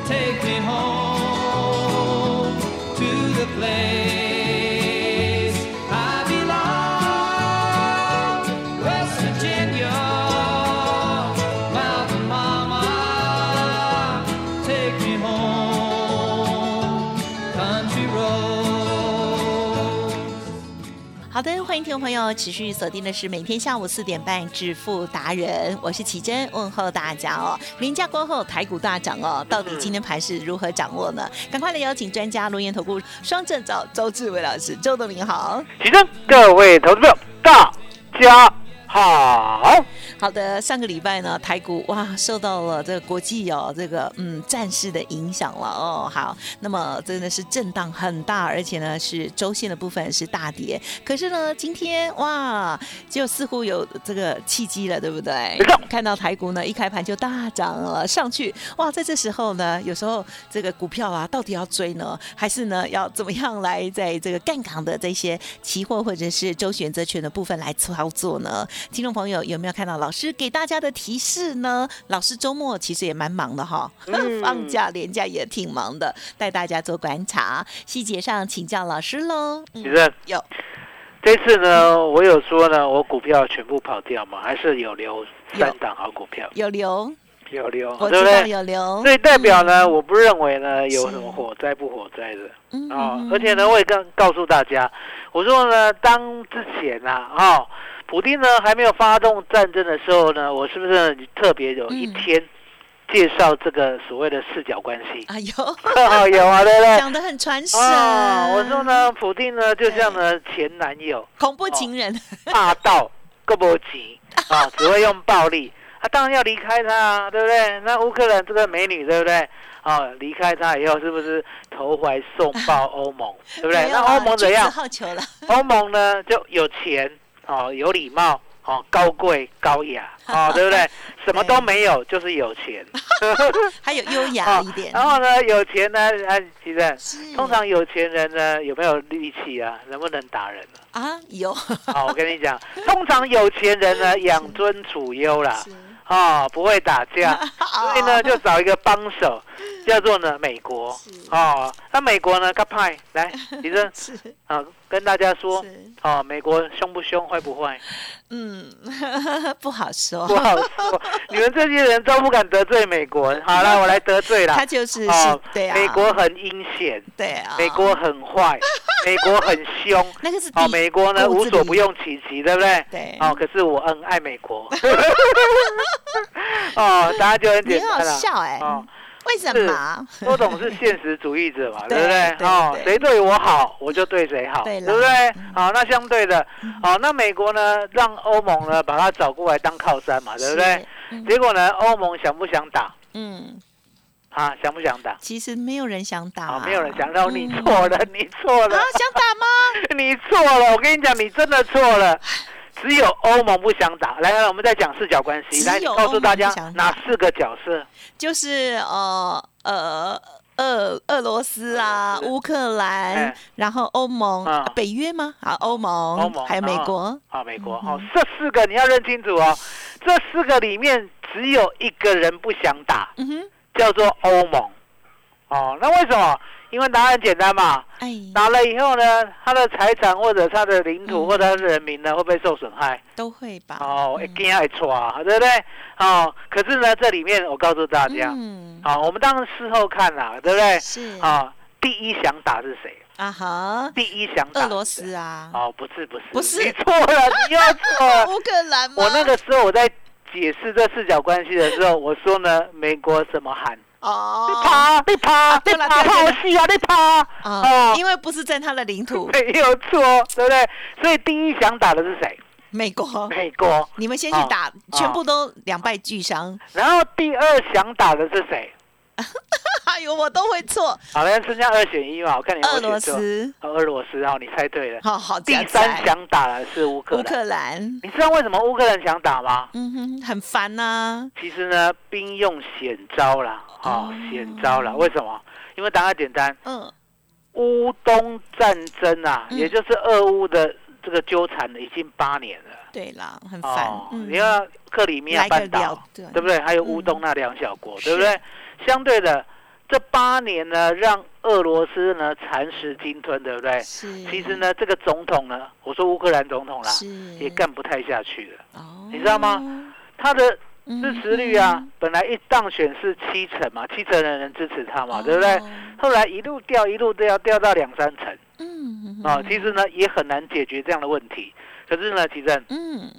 take me home to the place I belong. West Virginia, Mountain Mama, take me home, country roads. 好的，欢迎听众朋友持续锁定的是每天下午四点半《致富达人》，我是奇珍，问候大家哦。廉价过后，台股大涨哦，到底今天盘是如何掌握呢？赶快来邀请专家、轮研投顾双证照周志伟老师，周董您好。起身，各位投资者，大家好。好的，上个礼拜呢，台股哇受到了这个国际哦这个嗯战事的影响了哦。好，那么真的是震荡很大，而且呢是周线的部分是大跌。可是呢，今天哇就似乎有这个契机了，对不对？没错看到台股呢一开盘就大涨了上去，哇，在这时候呢，有时候这个股票啊，到底要追呢，还是呢要怎么样来在这个杠杆的这些期货或者是周选择权的部分来操作呢？听众朋友有没有看到老师给大家的提示呢？老师周末其实也蛮忙的哈，嗯放假连假也挺忙的，带大家做观察，细节上请教老师喽。起嗯，身，有这次呢，我有说呢，我股票全部跑掉嘛，还是有留三档好股票，有留，有留，我哦对知不道对？有留，所以代表呢，我不认为呢有是什么火灾不火灾的嗯啊、嗯而且呢，我也刚告诉大家，我说呢，当之前啊，哦，普丁呢还没有发动战争的时候呢，我是不是特别有一嗯天介绍这个所谓的四角关系？啊有，哦，有啊， 对不对？讲的很传神、哦，我说呢，普丁呢就像呢前男友恐怖情哦人，霸道，够不 急啊，只会用暴力，啊，当然要离开他啊，对不对？那乌克兰这个美女，对不对？啊，离开他以后是不是投怀送抱欧盟，对不对？没 有那啊欧盟怎君样子？好逑了， 欧盟呢就有钱哦，有礼貌哦，高贵高 雅哦，对不对？什么都没有，就是有钱。还有优雅哦一点。然后呢，有钱呢，哎，其实是通常有钱人呢，有没有力气啊？能不能打人啊？啊有， 好，我跟你讲， 通常有钱人呢，养尊处优啦，啊、不会打 架，所以哦呢，就找一个帮手，叫做呢美国，哦，那美国呢，他派来， 其实是啊，跟大家说，是哦，美国凶不凶，坏不坏，嗯， 不好说不，好说，啊你们这些人都不敢得罪美国，好了，我来得罪啦他，就是哦是，对啊，美国很阴险，对啊，美国 很坏，美国很凶。那个是第哦，美国呢骨子无所里不用其极，对不对？对哦，可是我很爱美国。 哦，答案就很你简很好单了。笑哎，哦，为什么？周董是现实主义者嘛， 对对不对？对哦，对谁对我好，我就对谁好，对啦嗯不对？好，那相对的，哦，那美国呢，让欧盟呢把他 找过来当靠山嘛，对不对？是？结果呢，欧盟想不想打？嗯，啊，想不想打？其实没有人想打、嗯啊，没有人想到，你错 了，你错了啊，，想打吗？ 你错了，我跟你讲，你真的错了。只有欧盟不想打，来来，我们再讲四角关系，只有来，你告诉大欧家盟不想打哪四个角色？就是呃呃俄俄罗斯啊俄、罗斯乌克兰，哎然后欧盟、嗯啊北约吗？啊，欧盟，欧盟还有美国。啊，美嗯国哦，这四个你要认清楚哦，这四个里面只有一个人不想打，嗯哼，叫做欧盟。哦，那为什么？因为答案很简单嘛，哎，打了以后呢，他的财产或者他的领土嗯或者他的人民呢会不会受损害？都会吧。哦，会嗯惊会错，对不对？哦，可是呢，这里面我告诉大家，嗯，啊好，我们当然事后看啦，对不对？是啊，第一想打是谁？啊哈，第一想打俄是罗谁斯啊，哦，不是不是，不是你错 了，你又错了。乌克兰吗？啊我那个时候我在解释这四角关系的时候，我说呢，美国怎么喊？你哦爬，你爬，对你了爬对了炮戏啊，你爬！啊，哦因为不是在他的领 土，没有错，对不对？所以第一想打的是谁？美国。美国。你们哦先去打，全部都两败俱伤。 然后第二想打的是谁？哎呦，我都会错，好了，剩下二选一嘛，我看你有没俄有罗选错。斯。哦俄罗斯，哦，你猜对了。好好，第加起来三想打的是乌克乌兰。克兰，你知道为什么乌克兰想打吗？嗯哼，很烦啊呐、其实呢，兵用险招啦，哦哦，险招啦。为什么？因为答案简单，嗯，乌东战争啊，嗯也就是俄乌的这个纠缠了已经八年了。对啦，很烦。哦，嗯，你看克里米亚来个了半嗯岛，断，对不对？还有乌东那两小国，对不对？相对的，这八年呢，让俄罗斯呢蚕食鲸吞，对不对？是，其实呢，这个总统呢，我说乌克兰总统啦，是也干不太下去了。哦，你知道吗他的嗯？支持率啊，嗯，本来一当选是七成嘛，七成的人支持他嘛，哦对不对？？后来一路掉，一路掉，掉到两三成嗯，啊、其实呢，也很难解决这样的问题。可是呢，其正，嗯，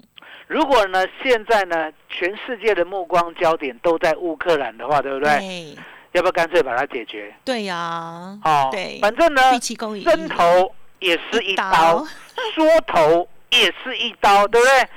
如果呢，现在呢，全世界的目光焦点都在乌克兰的话，对不对？对，要不要干脆把它解决？对啊呀，哦，对反正呢，毕其功于针一，头也是一刀，缩头也是一刀，对不对？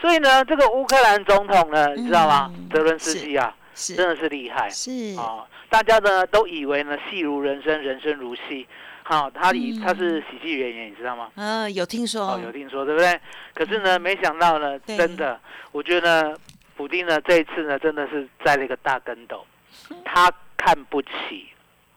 所以呢，这个乌克兰总统呢，你知道吗？嗯泽伦斯基啊，真是的是厉害是，哦！大家呢都以为呢，戏如人生，人生如戏。好、他以、嗯他是喜剧演员，你知道吗？嗯，有听哦说，，有听说对不对？可是呢，没想到呢，嗯对真的，我觉得呢，普丁呢这一次呢，真的是栽了一个大跟斗，他看不起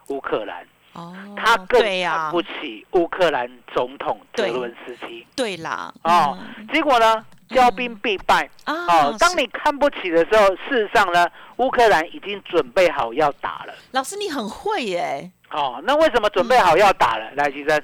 乌克兰，哦，他更对呀看不，起乌克兰总统泽对伦斯基。对啦，哦嗯结果呢，骄兵必败、啊哦。当是你看不起的时候，事实上呢，乌克兰已经准备好要打了。老师你很会耶，哦，那为什么准备好要打嗯了？来，吉生，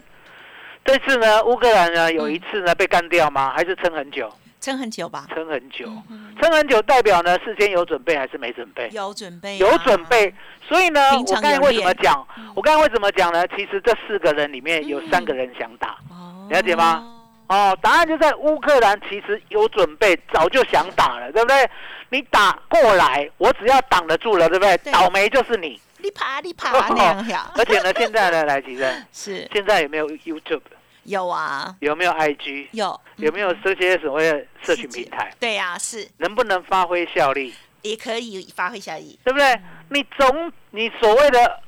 这次呢，乌克兰呢有一次呢被干掉吗？还是撑很久？撑很久吧？撑很久，嗯撑很久代表呢事先有准备还是没准备？有准备，有准备，，所以呢，平我常嗯刚才有为什么练讲？我刚才为什么讲呢？其实这四个人里面嗯有三个人想打。哦，了解吗？哦，答案就在乌克兰，其实有准备，早就想打了，对不对？你打过来，我只要挡得住了，对不对？对倒霉就是你。你爬你爬哦那样呀，而且呢，现在呢，来吉生，是现在有没有 YouTube？有啊，有没有 IG？有有没有这些所谓的社群平台？对呀、是能不能发挥效力？也可以发挥效益。对不对？你总你所谓的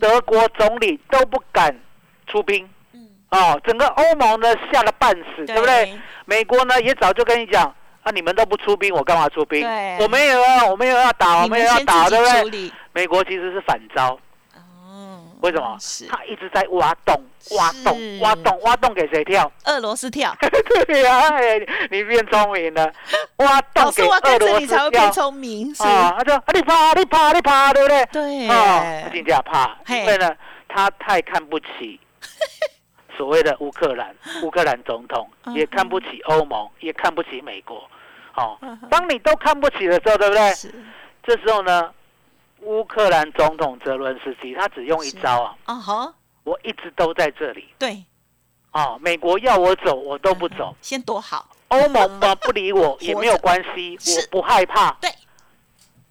德国总理都不敢出兵嗯，哦，整个欧盟呢吓得半死，对不对？？美国呢也早就跟你讲啊，你们都不出兵，我干嘛出兵对？我们也要，我们也要打，我你们们也要先打，自对己不处对？理。美国其实是反招，哦，为什么？是他一直在挖洞，挖是洞，挖洞，挖洞给谁跳？ 俄罗斯跳，对呀、哎，你变聪 明了，挖洞老给师，我俄跟着罗你才斯会变跳。聪明，是？啊，他就啊你怕你怕你怕，对不对？对，哦，他真假怕，嘿因为呢，他太看不 起所谓的乌克兰，乌克兰总统嗯哼也看不起欧盟，也看不起美国。哦嗯 哼，当你都看不起的时候，对不对？是这时候呢，乌克兰总统泽伦斯基他只用一招啊，哦，好，我一直都在这里。对，哦，美国要我走，我都不走；先躲好，欧盟嘛不 理我也没有关系，是我不害怕。对，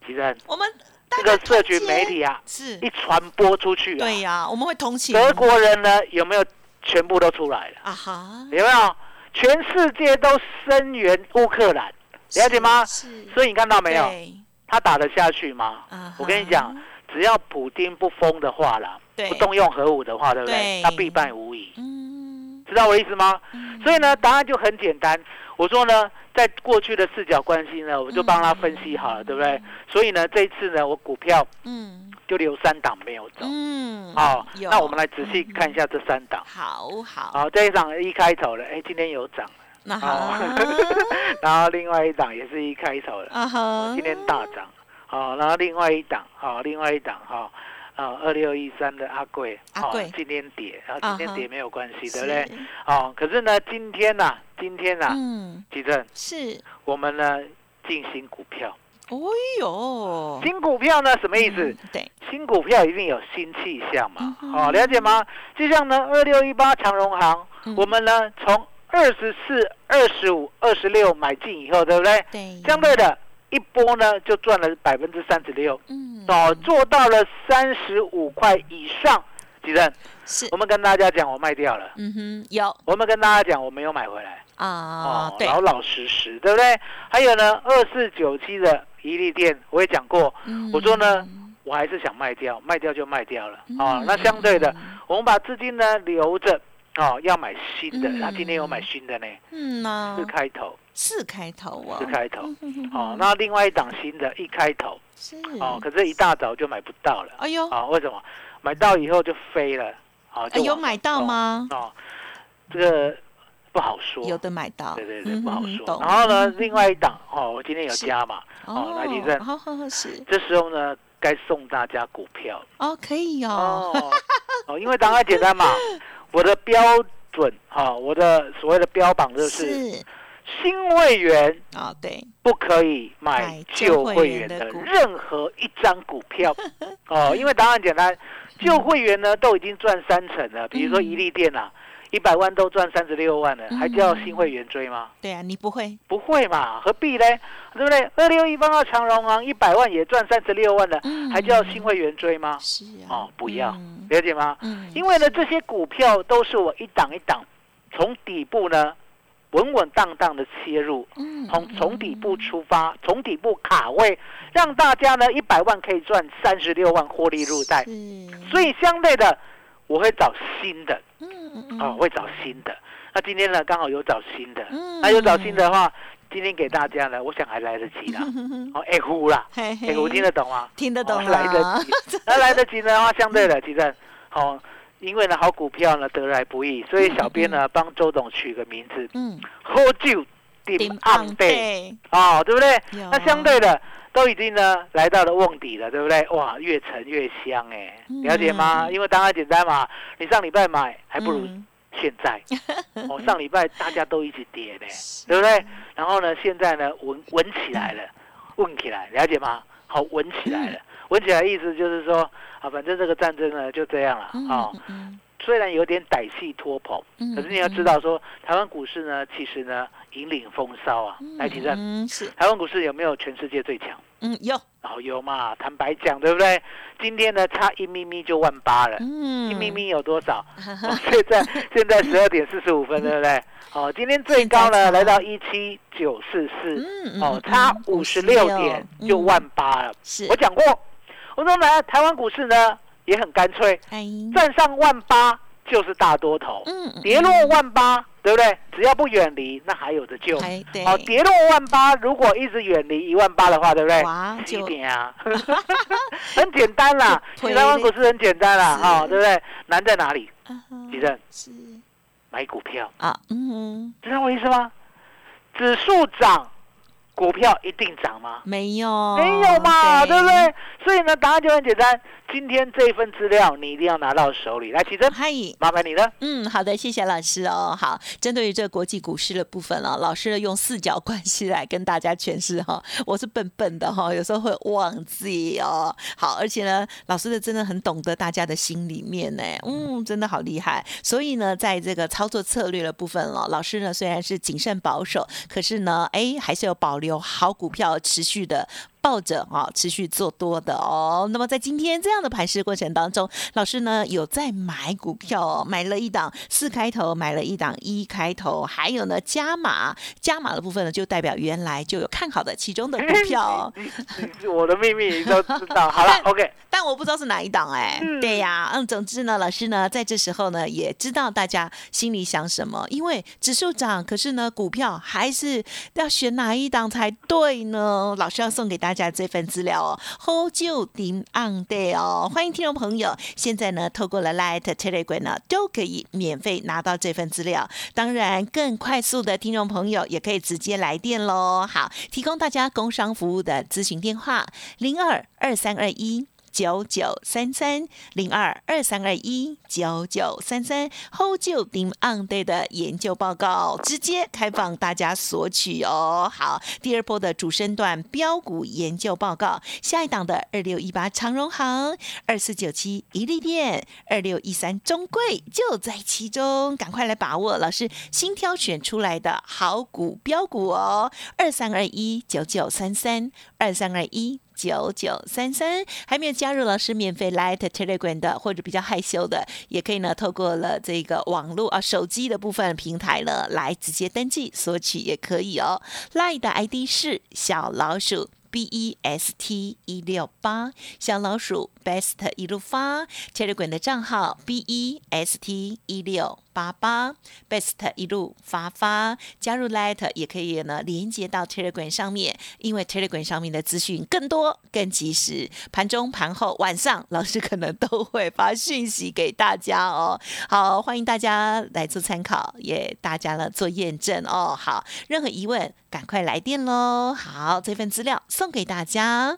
其实我们这个社群团结媒体啊，是一，传播出去啊，对呀，我们会同情德国人呢有没有全部都出来了？啊哈，有没有？全世界都声援乌克兰，了解吗？是，所以你看到没有？对他打得下去吗啊哈？我跟你讲，只要普丁不疯的话啦，对不动用核武的话，对不对对？他必败无疑，嗯，知道我的意思吗？嗯所以呢，答案就很简单。我说呢，在过去的四角关系呢，我就帮他分析好了，对不对？所以呢，这一次呢，我股票嗯就留三档没有走。嗯，哦，有嗯那我们来仔细看一下啊这三档。好好，好，这一档一开头的，哎，今天有涨，那好，哦 然后另外一档也是一开头的，啊哈，今天大涨。好，然后另外一档，好，另外一档，哈，啊，二六一三的阿贵，阿哦贵今天跌，然后啊哈今天跌没有关系，对是不对？？哦，可是呢，今天呐，今天呐，嗯，吉正，是，我们呢进新股票，哎呦，新股票呢什么意思哦嗯？？对，新股票一定有新气象嘛，嗯哼哦，了解吗？就像呢，二六一八长荣行，嗯我们呢从二十四、二十五、二十六买进以后，对不对？对，相对的，一波呢就赚了百分之三十六，嗯，哦，做到了三十五块以上。吉正，是，我们跟大家讲，我卖掉了。嗯哼，有我们跟大家讲，我没有买回来哦啊，对，老老实实，对不对？还有呢，二四九七的一利店，我也讲过，嗯我说呢，我还是想卖掉，卖掉就卖掉了嗯哦。那相对的，，我们把资金呢留着哦，要买新的嗯。他今天有买新的呢，嗯呐四，开头，四开头哦，四开头。哦，那那另外一档新的，一开头是哦，，可是一大早就买不到了嗯哎呦，啊？为什么？买到以后就飞了啊？哎就有往买到吗？哦，这个不好说。有的买到，对对对，嗯不好哼说。懂嗯然后呢，另外一档哦，我今天有加嘛，哦，来地震好好好是，这时候呢，该送大家股票哦，可以哦，哦哦，因为答案 简单嘛，我的标准哈、我的所谓的标榜就是是，新会员哦，对，不可以买买旧旧会会员员的的股任何一张股 票哦，因为答案简单，旧会员呢都已经赚三成了，比如说嗯一利店啊，一百万都赚三十六万了，还叫嗯新会员追吗？对啊，你不会，不会嘛，何必呢？对不对？二六一八二长荣行一百万也赚三十六万了，嗯还叫新会员追吗？是啊，哦，不要嗯，了解吗？嗯因为呢，这些股票都是我一档一档从底部呢稳稳当当的切入，嗯从从底部出发，从底部卡位，让大家呢一百万可以赚三十六万获利入袋。嗯是，所以相对的，我会找新的嗯嗯嗯啊，我会找新的。那今天呢，刚好有找新的，嗯那有找新的话，今天给大家呢，我想还来得 及啦。哦，哎呼啦，嘿嘿哎呼听得懂吗？听得哦懂来啦得， 及，那来得及的话，相对的，其实好、哦，因为呢，好股票呢得来不易，所以小编呢帮周董取个名字，嗯，喝酒顶昂背对，哦，对不对？有那相对的。都已经呢来到了瓮底了，对不对？哇，越沉越香哎，嗯了解吗？因为当然简单嘛，你上礼拜买还不如嗯现 在。哦，上礼拜大家都一起跌呢，是对不对？然后呢，现在呢，闻闻起来 了，问起来，了解吗？好，闻起来嗯了，闻起来意思就是说啊，反正这个战争呢就这样了嗯啊、哦。嗯虽然有点歹戏拖棚，嗯可是你要知道说，台湾股市呢，其实呢引领风骚啊。嗯来，提正，嗯是，台湾股市有没有全世界最强？嗯有，然后有嘛？坦白讲，对不对？今天呢，差一咪咪就万八了。嗯一咪咪有多 少？哦现在现在十二点四十五分，对不对？哦，今天最高现在差呢来到一七九四四，嗯哦，差五十六点就，嗯嗯56万八了。是我，讲过，我说呢，台湾股市呢也很干脆，哎，站上万八就是大多头，嗯跌落万八，对不对？只要不远离，那还有的救。哎对，哦，跌落万八，如果一直远离一万八的话，对不对？哇几就点 啊？很简单啦，就推台湾股市很简单啦，是哦，对不对？难在哪里？啊哈地震是买股票，啊，嗯，知道我意思吗？指数涨，股票一定涨吗？没有，没有嘛，对不？对？所以呢，答案就很简单。今天这份资料你一定要拿到手里。来，启真，嗨，麻烦你了。嗯，好的，谢谢老师哦。好，针对于这个国际股市的部分哦，老师呢用四角关系来跟大家诠释哈、 我是笨笨的哈、有时候会忘记哦。好，而且呢，老师的真的很懂得大家的心里面呢，嗯，真的好厉害。所以呢，在这个操作策略的部分哦，老师呢虽然是谨慎保守，可是呢，哎，还是有保留好股票持续的抱着啊、持续做多的哦。那么在今天这样样的盘势过程当中，老师呢有在买股票哦，买了一档四开头，买了一档一开头，还有呢加码，加码的部分呢就代表原来就有看好的其中的股票 哦、我的秘密你都知道。 好了，OK，但我不知道是哪一档哎、嗯对呀，嗯，总之呢，老师呢在这时候呢也知道大家心里想什么，因为指数涨，可是呢股票还是要选哪一档才对呢？老师要送给大家这份资料哦，Hold 就 d on day 哦，欢迎听众朋友，现在呢透过了 Light Telegram 呢都可以免费拿到这份资料，当然更快速的听众朋友也可以直接来电喽。好，提供大家工商服务的咨询电话零二二三二一。九九三三零二二三二一九九三三 Hold 就 Dim On Day 的研究报告，直接开放大家索取哦。好，第二波的主升段标股研究报告，下一档的二六一八长荣行、二四九七一利店、二六一三中贵就在其中，赶快来把握老师新挑选出来的好股标股哦。二三二一九九三三二三二一。九九三三，还没有加入老师免费 Light Telegram 的，或者比较害羞的，也可以呢，透过了这个网络啊，手机的部分平台呢，来直接登记索取也可以哦。Light 的 ID 是小老鼠。B E S T 一六八小老鼠 Best 一路发 Telegram 的账号 B E S T 一六八八 Best 一路发发加入 Light 也可以呢连接到 Telegram 上面，因为 Telegram 上面的资讯更多、更及时，盘中、盘后、晚上老师可能都会发讯息给大家哦。好，欢迎大家来做参考，也大家呢做验证哦。好，任何疑问赶快来电喽。好，这份资料送给大家。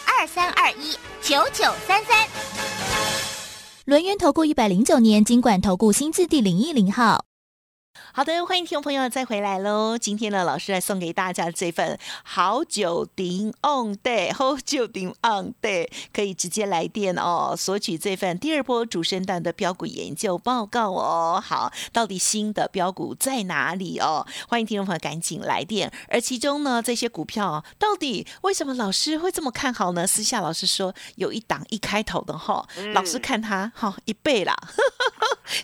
二三二一九九三三。轮源投顾一百零九年经管投顾新字第零一零号。好的，欢迎听众朋友再回来喽！今天呢，老师来送给大家这份好酒顶 on day，好 酒顶 on day，可以直接来电哦，索取这份第二波主升段的标股研究报告哦。好，到底新的标股在哪里哦？欢迎听众朋友赶紧来电。而其中呢，这些股票啊，到底为什么老师会这么看好呢？私下老师说有一档一开头的哈、老师嗯看它哈、一倍啦，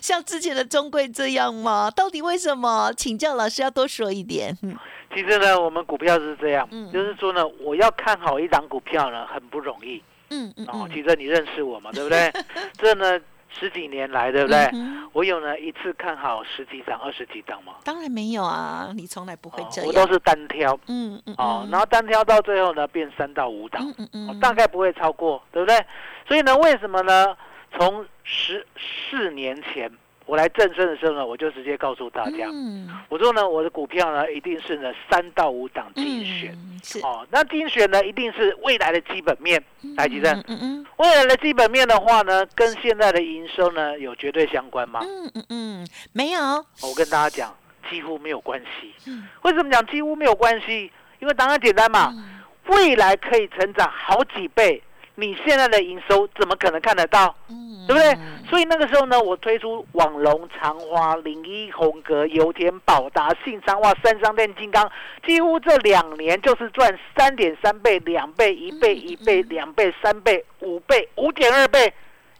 像之前的中贵这样吗？到底为什么？请教老师要多说一点。嗯其实呢，我们股票是这样嗯，就是说呢，我要看好一档股票呢，很不容易。嗯嗯哦，嗯，其实你认识 我嘛，对不对？这呢十几年来，对不对？嗯哼我有呢一次看好十几档、二十几档嘛，当然没有啊，你从来不会哦这我都样。是单挑嗯嗯哦，嗯然后单挑到最后呢变三到五档嗯，嗯哦嗯，大概不会超过，对不对？所以呢，为什么呢？从十四年前我来正身的时候呢，我就直接告诉大家，嗯我说呢，我的股票呢一定是呢三到五档精选。嗯是哦，那精选呢，一定是未来的基本面。来，吉正嗯，嗯未来的基本面的话呢，跟现在的营收呢有绝对相关吗？嗯嗯嗯嗯，没有。我跟大家讲，几乎没有关系嗯。为什么讲几乎没有关系？因为答案简单嘛，嗯未来可以成长好几倍，你现在的营收怎么可能看得到？嗯，对不对？所以那个时候呢，我推出网龙、长花、零一、红格、油田、宝达、信昌化、三商电、金刚，几乎这两年就是赚三点三倍、两倍、一倍、一倍、两倍、三倍、五倍、五点二倍，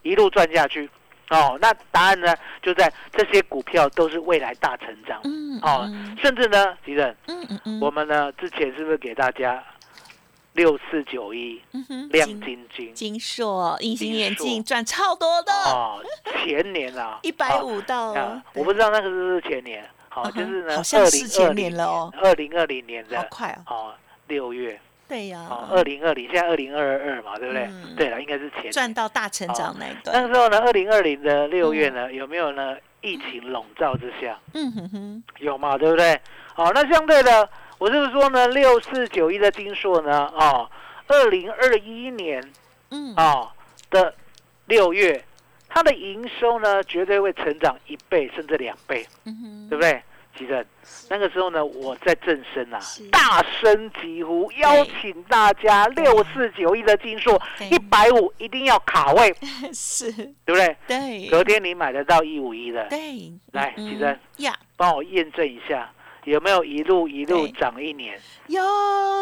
一路赚下去。哦，那答案呢，就在这些股票都是未来大成长。嗯，哦嗯，甚至呢，吉人，嗯嗯嗯，我们呢之前是不是给大家？六四九一嗯哼，亮金晶晶金硕隐形眼金镜硕赚超多的，哦，前年啊， 一百五哦到啊，对我不知道那个是不是前年，好，嗯就哼是呢，好像二是零前二年零了哦二零二零年好的快哦，哦六月，对呀、哦，二零二零，现在二零二二嘛，对不对嗯？对了，应该是前赚年。哦到大成长那一那段，个时候呢，二零二零的六月呢，有没有呢？疫情笼罩之下，嗯哼哼，有嘛，对不对？好，那相对的，我是不是说呢，六四九一的金硕呢，哦，二零二一年嗯，哦的六月，它的营收呢，绝对会成长一倍甚至两倍，嗯哼，对不对？其实那个时候呢，我在正身啊是，大声疾呼，邀请大家六四九一的金硕对一百五一定要卡位，是，对不对？对，隔天你买得到一五一的，对，来嗯起身呀，帮我验证一下，有没有一路一路对涨一年有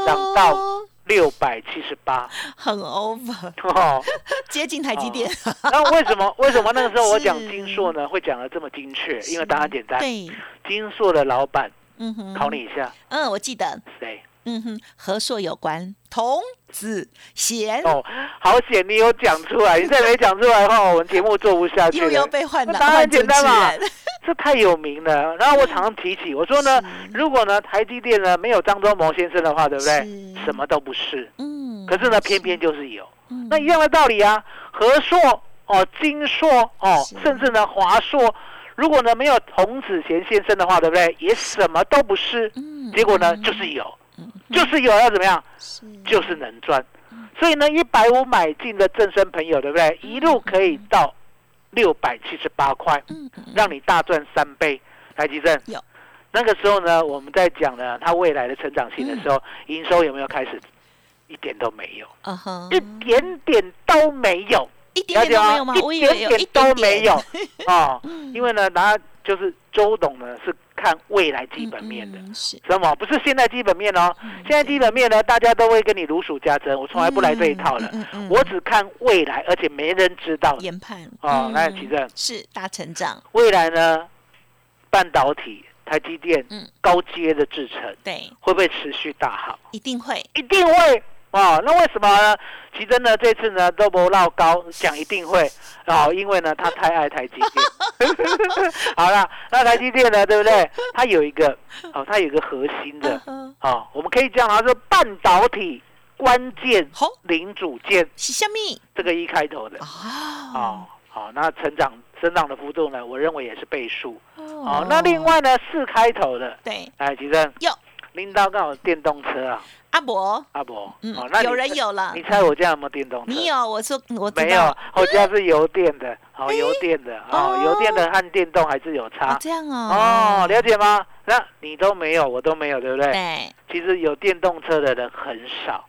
涨到六百七十八？很 over，哦，接近台积电，那为什么为什么那个时候我讲是金硕呢？会讲的这么精确？因为是答案简单。对，金硕的老板嗯哼，考你一下，嗯，我记得，谁？嗯哼，和硕有关，童子 贤哦，好险你有讲出来，你再没讲出来 的话，我们节目做不下去又要了。被换那脑，答案换主简单持嘛人 这太有名了。然后我常常提起，我说 呢，如果呢台积电呢没有张忠谋先生的话，对不对？是什么都不是。嗯，可是呢，偏偏就是有。嗯那一样的道理啊，和硕哦、金硕哦是，甚至呢华硕，如果呢没有童子贤先生的话，对不对？也什么都不是。嗯结果呢，就是有，就是有要怎么样？就是能赚。嗯所以呢，一百五买进的正身朋友，对不对？一路可以到六百七十八块，嗯嗯让你大赚三倍。来，吉正有。那个时候呢，我们在讲呢，它未来的成长性的时候，营收有没有开始？一点都没有。嗯哼，一点点都没有，一点点都没有吗？我一以为点有一点点都点 没有哦嗯，因为呢，大家就是周董呢是看未来基本面的，嗯嗯嗯是什么不是现在基本面哦？现在基本面呢，大家都会跟你如数家珍，我从来不来这一套了嗯嗯嗯嗯，我只看未来，而且没人知道研判哦嗯来起正是大成长，未来呢，半导体、台积电嗯、高阶的制程对，会不会持续大好？一定会，一定会哦。那为什么呢？其真呢，这次呢都不绕高，讲一定会哦，因为呢他太爱台积电。 好了，那台积电呢，对不对？它有一个哦，它有一个核心的嗯哼，哦，我们可以讲它是半导体关键好零组件，是虾米这个一开头的哦哦，。好、那成长生长的幅度呢，我认为也是倍数。哦哦，那另外呢，四开头的，对哎，吉正有，拎到刚好电动车啊，阿伯，阿伯，嗯哦，那，你有人猜有了你，猜我家有没有电动车？你有，我说我知没有哦道，？我家是油电的，哦，哎油电的，哦哦，油电的和电动还是有哦差。这样啊哦，哦，了解吗？那你都没有，我都没有，对不对？对，嗯其实有电动车的人很少，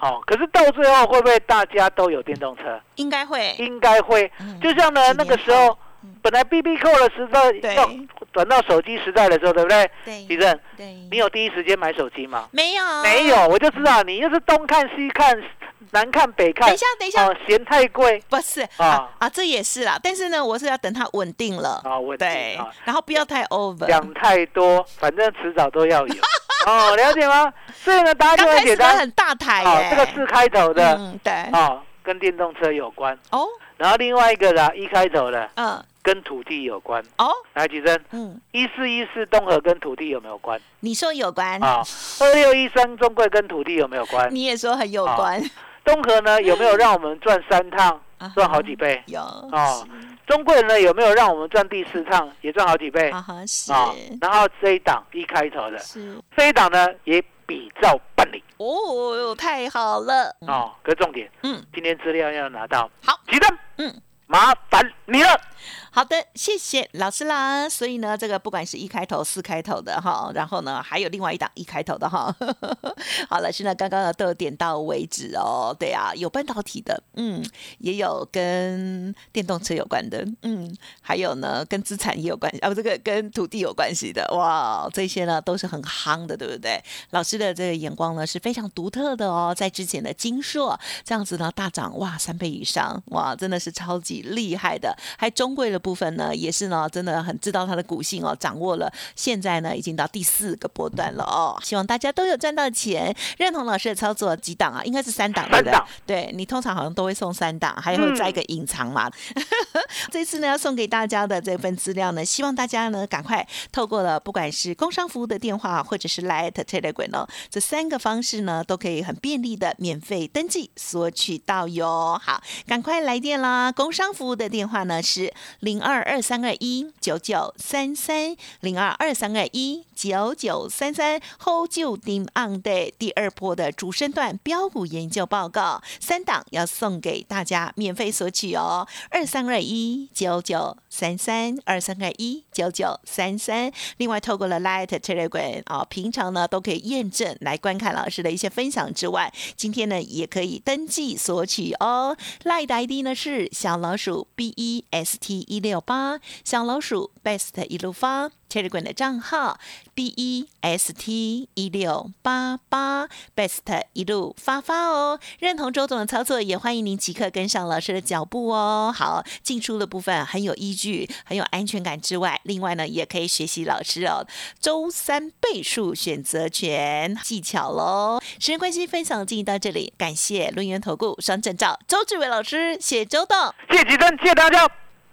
哦，可是到最后会不会大家都有电动车？应该会，应该会。嗯就像呢几，年那个时候后本来 B B 扣的时代，对要转到手机时代的时候，对不对？对其正，对，你有第一时间买手机吗？没有？没有，我就知道你又是东看西看，南看北看。等一下等一下哦，嫌太贵。不是啊啊啊，这也是啦，但是呢，我是要等它稳定了，啊稳定对啊，然后不要太 over。讲太多，反正迟早都要有。 哦，了解吗？所以呢，答案就刚很开始简它单很。大台哦，耶，这个四开头的嗯，对，哦，跟电动车有关。哦，然后另外一个啦，一开头的嗯，跟土地有关。哦，来，举证。嗯，一四一四东河跟土地有没有关你说有关，啊？二六一三中贵跟土地有没有关？嗯你也说很有关，哦东河呢有没有让我们赚三趟啊哈，赚好几倍？有 哦，中贵呢有没有让我们赚第四趟也赚好几倍？啊哈是啊，然后这一档一开头的，是这一档呢也比照办理哦，太好了，哦。可是重点，嗯，今天资料要拿到，好，启动，嗯，麻烦你了。好的，谢谢老师啦。所以呢，这个不管是一开头、四开头的哈，然后呢，还有另外一档一开头的哈。 好，老师呢，刚刚呢都有点到为止哦。对啊，有半导体的，嗯，也有跟电动车有关的，嗯，还有呢跟资产也有关系，哦，这个跟土地有关系的，哇，这些呢都是很夯的，对不对？老师的这个眼光呢是非常独特的哦，在之前的金硕这样子呢大涨哇三倍以上哇，真的是超级厉害的，还中。中贵的部分呢，也是呢，真的很知道它的股性哦，掌握了。现在呢，已经到第四个波段了哦，希望大家都有赚到钱。认同老师的操作几档啊？应该是三档，对不对三档？对你通常好像都会送三档，还会再一个隐藏嘛。 这次呢，要送给大家的这份资料呢，希望大家呢赶快透过了不管是工商服务的电话，或者是 Light Telegram 哦，这三个方式呢，都可以很便利的免费登记索取到哟。好，赶快来电啦！工商服务的电话呢是零二二三二一九九三三零二二三二一九九三三 Hold 就 Dim On Day 第二波的主升段标股研究报告三档要送给大家免费索取哦，二三二一九九三三二三二一九九三三。另外，透过了 Light Telegram 啊、平常呢都可以验证来观看老师的一些分享之外，今天呢也可以登记索取哦。Light 的 ID 呢是小老鼠 B E S T 一六八，小老鼠 Best 一路发。Telegram 的账号 B E S T 一六八八 Best 一路发发哦。认同周总的操作，也欢迎您即刻跟上老师的脚步哦。好，进出的部分很有依据，很有安全感之外，另外呢，也可以学习老师哦周三倍数选择权技巧喽。时间关系，分享进行到这里，感谢轮源投顾双证照周志伟老师，谢谢周董。谢吉珍，谢谢大家，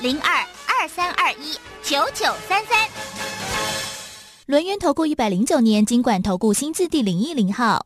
零二二三二一九九三三。轮源投顾一百零九年经管投顾新字第零一零号。